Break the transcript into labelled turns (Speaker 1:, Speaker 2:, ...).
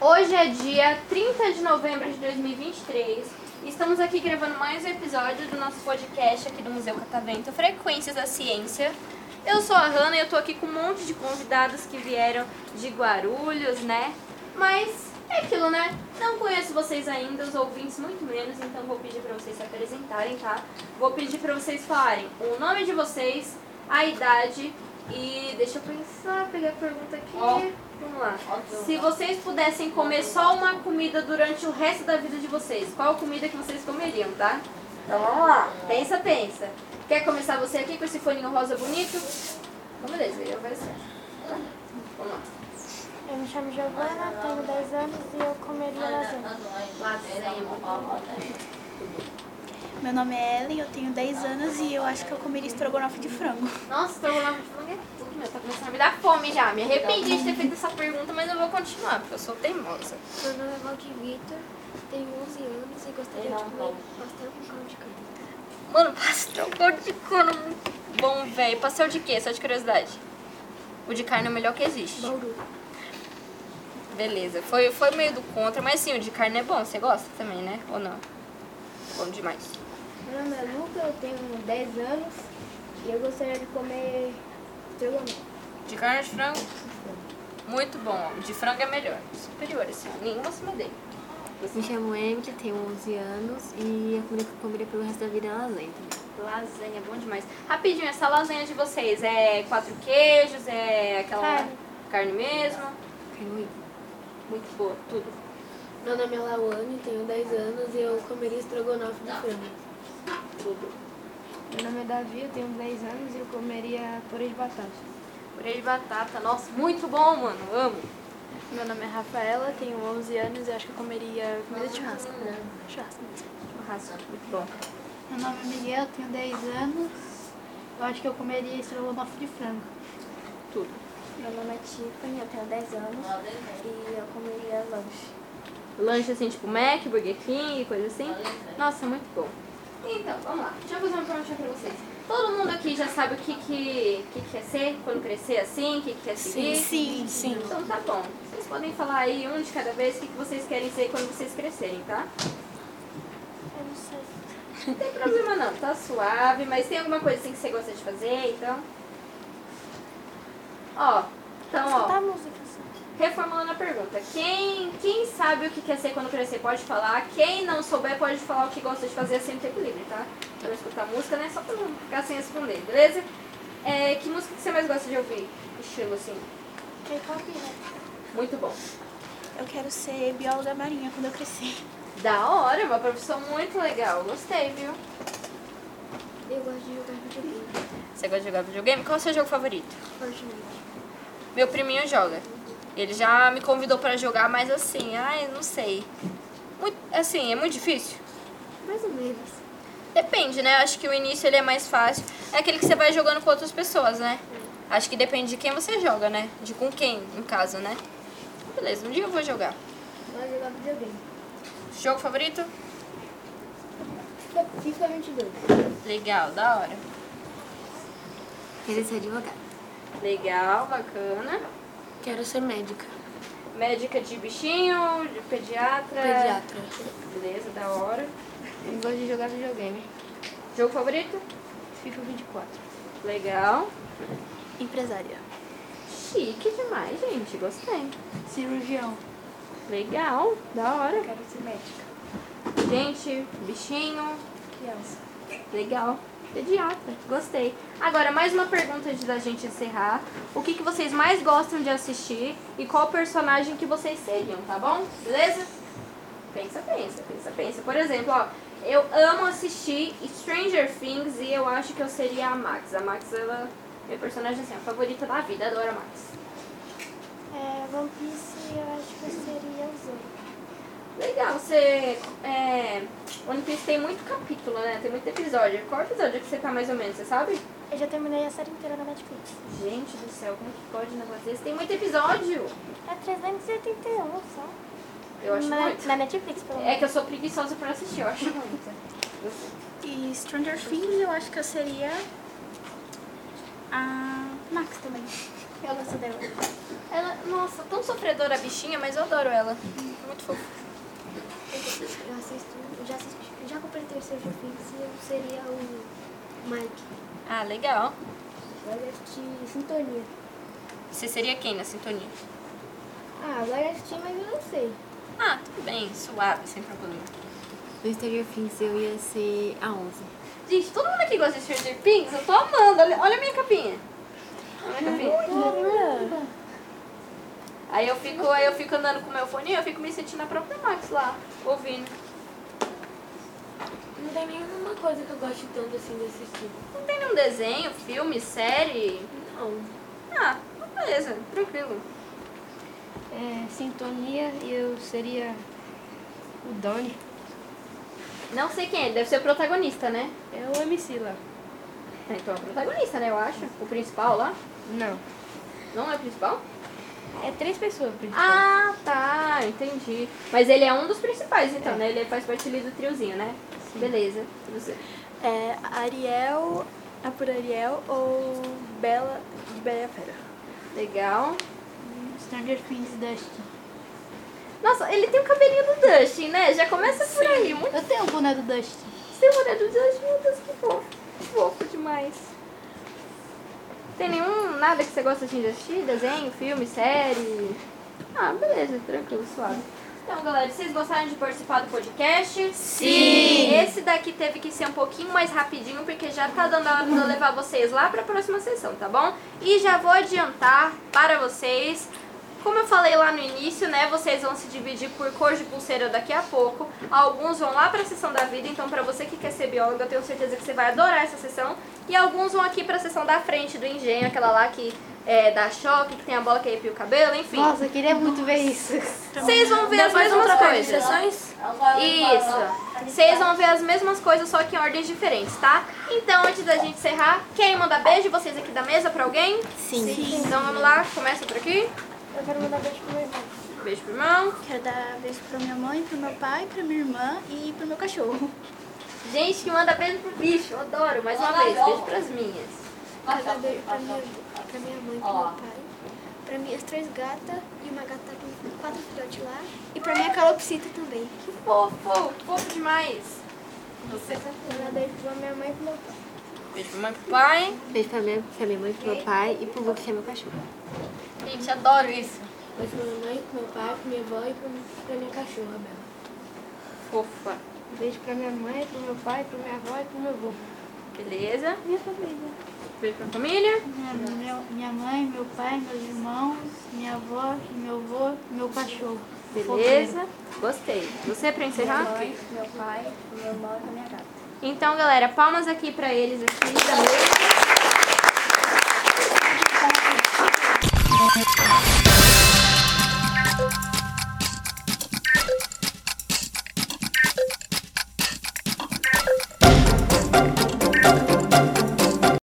Speaker 1: Hoje é dia 30 de novembro de 2023 e estamos aqui gravando mais um episódio do nosso podcast aqui do Museu Catavento, Frequências da Ciência. Eu sou a Hanna e eu tô aqui com um monte de convidados que vieram de Guarulhos, né? Mas é aquilo, né? Não conheço vocês ainda, os ouvintes muito menos, então vou pedir pra vocês se apresentarem, tá? Vou pedir pra vocês falarem o nome de vocês, a idade e deixa eu pensar, pegar a pergunta aqui.
Speaker 2: Ó.
Speaker 1: Vamos lá. Se vocês pudessem comer só uma comida durante o resto da vida de vocês, qual comida que vocês comeriam, tá? Então vamos lá, pensa, pensa. Quer começar você aqui com esse foninho rosa bonito? Então beleza, aí vai ser. Vamos lá.
Speaker 3: Eu me chamo Giovana, tenho 10 anos e eu comeria lasanha.
Speaker 4: Meu nome é Ellen, eu tenho 10 anos e eu acho que eu comeria estrogonofe de frango.
Speaker 1: Nossa, estrogonofe de frango é tudo, meu. Tá começando a me dar fome já. Me arrependi de ter feito essa pergunta, mas eu vou continuar, porque eu sou teimosa.
Speaker 5: Meu nome é Valdir Vitor, tenho 11 anos e gostaria de comer pastel com caldo de cana.
Speaker 1: Mano, pastel gordo de cano muito bom, velho. Pastel de quê? Só de curiosidade. O de carne é o melhor que existe.
Speaker 5: Bauru.
Speaker 1: Beleza, foi, foi meio do contra, mas sim, o de carne é bom. Você gosta também, né? Ou não? Bom demais.
Speaker 5: Meu nome é Luca, eu tenho 10 anos e eu gostaria de comer estrogonofe.
Speaker 1: De carne ou de frango? Muito bom. O de frango é melhor. Superior, assim. Nenhuma acima dele.
Speaker 6: Me chamo Emily, tenho 11 anos e a comida que eu comeria pelo resto da vida é lasanha também.
Speaker 1: Lasanha, bom demais. Rapidinho, essa lasanha de vocês é quatro queijos, é aquela
Speaker 3: Carne.
Speaker 1: carne mesmo?
Speaker 6: Carne moída.
Speaker 1: Muito boa, tudo.
Speaker 5: Meu nome é Lawane, tenho 10 anos e eu comeria estrogonofe de frango.
Speaker 6: Meu nome é Davi, eu tenho 10 anos e eu comeria purê de batata.
Speaker 1: Purê de batata, nossa, muito bom, mano. Amo.
Speaker 6: Meu nome é Rafaela, tenho 11 anos e acho que eu comeria comida de churrasco.
Speaker 1: Arrasou, muito bom.
Speaker 2: Meu nome é Miguel, tenho 10 anos. Eu acho que eu comeria estrogonofe de frango.
Speaker 1: Tudo.
Speaker 5: Meu nome é Tiffany, eu tenho 10 anos e eu comeria lanche.
Speaker 1: Lanche assim, tipo Mac, Burger King, coisa assim. Nossa, muito bom. Então, vamos lá. Deixa eu fazer uma perguntinha pra vocês. Todo mundo aqui já sabe o que, que, que quer ser quando crescer assim, o que, que quer seguir?
Speaker 4: Sim, sim.
Speaker 1: Então tá bom. Vocês podem falar aí um de cada vez o que, que vocês querem ser quando vocês crescerem, tá?
Speaker 3: Eu não sei.
Speaker 1: Não tem problema não, tá suave, mas tem alguma coisa assim que você gosta de fazer, então. Ó, então ó,
Speaker 3: Escutar música só.
Speaker 1: reformulando a pergunta. Quem, quem sabe o que quer ser quando crescer pode falar. Quem não souber pode falar o que gosta de fazer assim no tempo livre, tá? Pra não escutar música, né? Só pra não ficar sem responder, beleza? É, que música que você mais gosta de ouvir? Estilo assim.
Speaker 3: K-pop e
Speaker 4: né?
Speaker 3: rap.
Speaker 1: Muito bom.
Speaker 4: Eu quero ser bióloga marinha quando eu crescer.
Speaker 1: Da hora, uma profissão muito legal. Gostei, viu?
Speaker 5: Eu gosto de jogar videogame,
Speaker 1: Você gosta de jogar videogame? Qual é o seu jogo favorito?
Speaker 5: Fortnite.
Speaker 1: Meu priminho joga. Ele já me convidou pra jogar, mas assim, ai, não sei. Muito, assim, é muito difícil?
Speaker 5: Mais ou menos.
Speaker 1: Depende, né? Acho que o início ele é mais fácil. É aquele que você vai jogando com outras pessoas, né? Acho que depende de quem você joga, né? De com quem, em casa, né? Beleza, um dia eu vou jogar.
Speaker 5: Gosto de jogar videogame.
Speaker 1: Jogo favorito?
Speaker 5: FIFA 22.
Speaker 1: Legal, da hora.
Speaker 6: Queria ser advogada.
Speaker 1: Legal, bacana.
Speaker 6: Quero ser médica.
Speaker 1: Médica de bichinho, de pediatra.
Speaker 6: Pediatra.
Speaker 1: Beleza, da hora.
Speaker 6: Eu gosto de jogar videogame.
Speaker 1: Jogo favorito?
Speaker 6: FIFA 24.
Speaker 1: Legal.
Speaker 4: Empresária.
Speaker 1: Chique demais, gente. Gostei.
Speaker 2: Cirurgião.
Speaker 1: Legal, da hora.
Speaker 6: Quero ser médica.
Speaker 1: Gente, bichinho,
Speaker 6: Criança.
Speaker 1: legal. Pediatra, gostei. Agora, mais uma pergunta antes da gente encerrar. O que, que vocês mais gostam de assistir e qual personagem que vocês seriam, tá bom? Beleza? Pensa, pensa, pensa, pensa. Por exemplo, ó, eu amo assistir Stranger Things e eu acho que eu seria a Max. A Max, ela é minha personagem assim, a favorita da vida, adoro a Max.
Speaker 3: É, One Piece eu acho que eu seria o Zoro.
Speaker 1: Legal, você. É, One Piece tem muito capítulo, né? Tem muito episódio. Qual episódio que você tá mais ou menos, você sabe?
Speaker 3: Eu já terminei a série inteira na Netflix.
Speaker 1: Gente do céu, como que pode um negócio desse? Tem muito episódio!
Speaker 3: É 381 só.
Speaker 1: Eu acho
Speaker 3: na,
Speaker 1: muito.
Speaker 3: na Netflix, pelo menos.
Speaker 1: É que eu sou preguiçosa pra assistir, eu acho muito.
Speaker 4: E Stranger Things eu acho que eu seria a Max também. Eu gosto dela.
Speaker 1: Ela, nossa, tão sofredora a bichinha, mas eu adoro ela. Muito fofa.
Speaker 5: Eu assisto, eu já assisti, eu já completei o Stranger Things e eu seria o Mike.
Speaker 1: Ah, legal.
Speaker 5: Agora eu assisti Sintonia.
Speaker 1: Você seria quem na sintonia?
Speaker 5: Ah, agora eu assisti, mas eu não sei.
Speaker 1: Ah, tudo bem, suave, sem problema.
Speaker 6: No Stranger Things eu ia ser a 11.
Speaker 1: Gente, todo mundo aqui gosta de Stranger Things? Eu tô amando. Olha, olha a minha capinha. Olha a minha capinha. Aí eu fico, aí eu fico andando com o meu fone e eu fico me sentindo a própria Max lá, ouvindo.
Speaker 7: Não tem nenhuma coisa que eu gosto tanto assim de assistir.
Speaker 1: Não tem nenhum desenho, filme, série.
Speaker 7: Não.
Speaker 1: Ah, beleza, tranquilo.
Speaker 5: É, sintonia eu seria o Donnie.
Speaker 1: Não sei quem é, deve ser o protagonista, né?
Speaker 5: É o MC lá.
Speaker 1: Ah, Então é o protagonista, né, eu acho. O principal lá.
Speaker 5: Não.
Speaker 1: Não é o principal?
Speaker 5: É três pessoas, principal.
Speaker 1: Ah, tá, entendi. Mas ele é um dos principais, então, né? Ele faz parte ali do triozinho, né? Beleza. E você?
Speaker 4: É Ariel, a por Ariel ou Bela de Bela e a Fera.
Speaker 1: Legal.
Speaker 2: Stranger Things Dustin.
Speaker 1: Nossa, ele tem o cabelinho do Dustin, né? Já começa por aí. Muito
Speaker 2: Eu
Speaker 6: um
Speaker 2: tenho o boné do Dustin.
Speaker 1: Você olha do Dustin, meu Deus, que fofo. Fofo demais. Tem nenhum, nada que você gosta assim, de assistir? Desenho, filme, série? Ah, beleza, tranquilo, suave. Então, galera, vocês gostaram de participar do podcast? Sim! Esse daqui teve que ser um pouquinho mais rapidinho, porque já tá dando a hora de eu levar vocês lá pra próxima sessão, tá bom? E já vou adiantar para vocês. Como eu falei lá no início, né, vocês vão se dividir por cor de pulseira daqui a pouco. Alguns vão lá pra sessão da vida, então pra você que quer ser bióloga, eu tenho certeza que você vai adorar essa sessão. E alguns vão aqui pra sessão da frente do engenho, aquela lá que é, dá choque, que tem a bola que arrepia o cabelo, enfim.
Speaker 2: Nossa, eu queria muito ver isso.
Speaker 1: Vocês vão ver as mesmas coisas. Isso. Vocês vão ver as mesmas coisas, só que em ordens diferentes, tá? Então, antes da gente encerrar, querem mandar beijo vocês aqui da mesa pra alguém? Sim. Então vamos lá, começa por aqui.
Speaker 3: Eu quero mandar beijo pro meu irmão.
Speaker 1: Beijo pro irmão.
Speaker 4: Quero dar beijo pra minha mãe, pro meu pai, pra minha irmã e pro meu cachorro.
Speaker 1: Gente que manda beijo pro bicho, eu adoro. Mais uma vez, beijo pras minhas.
Speaker 5: Eu já dei é pra minha, pra minha mãe, pro meu pai, pra minhas três gatas e uma gata com quatro filhotes lá. E pra minha calopsita também.
Speaker 1: Que fofo, fofo demais. Você.
Speaker 3: Eu mandar beijo pra minha mãe e pro meu pai.
Speaker 1: Beijo pro mãe pro pai.
Speaker 6: Beijo pra minha, pra minha mãe, pro meu pai e pro Luke, que é meu cachorro.
Speaker 1: Gente, adoro isso.
Speaker 7: Mas pra minha mãe, pro meu pai, pra minha avó e pra, pra minha cachorra mesmo.
Speaker 1: Fofa.
Speaker 5: Beijo pra minha mãe, pro meu pai, pra minha avó e pro meu avô.
Speaker 1: Beleza. Minha família. Beijo pra família.
Speaker 2: Minha, meu- minha mãe, meu pai, meus irmãos, minha avó, meu avô, meu cachorro.
Speaker 1: Beleza. Gostei. Você é pra encerrar?
Speaker 4: Meu pai, meu irmão e minha gata.
Speaker 1: Então, galera, palmas aqui pra eles aqui.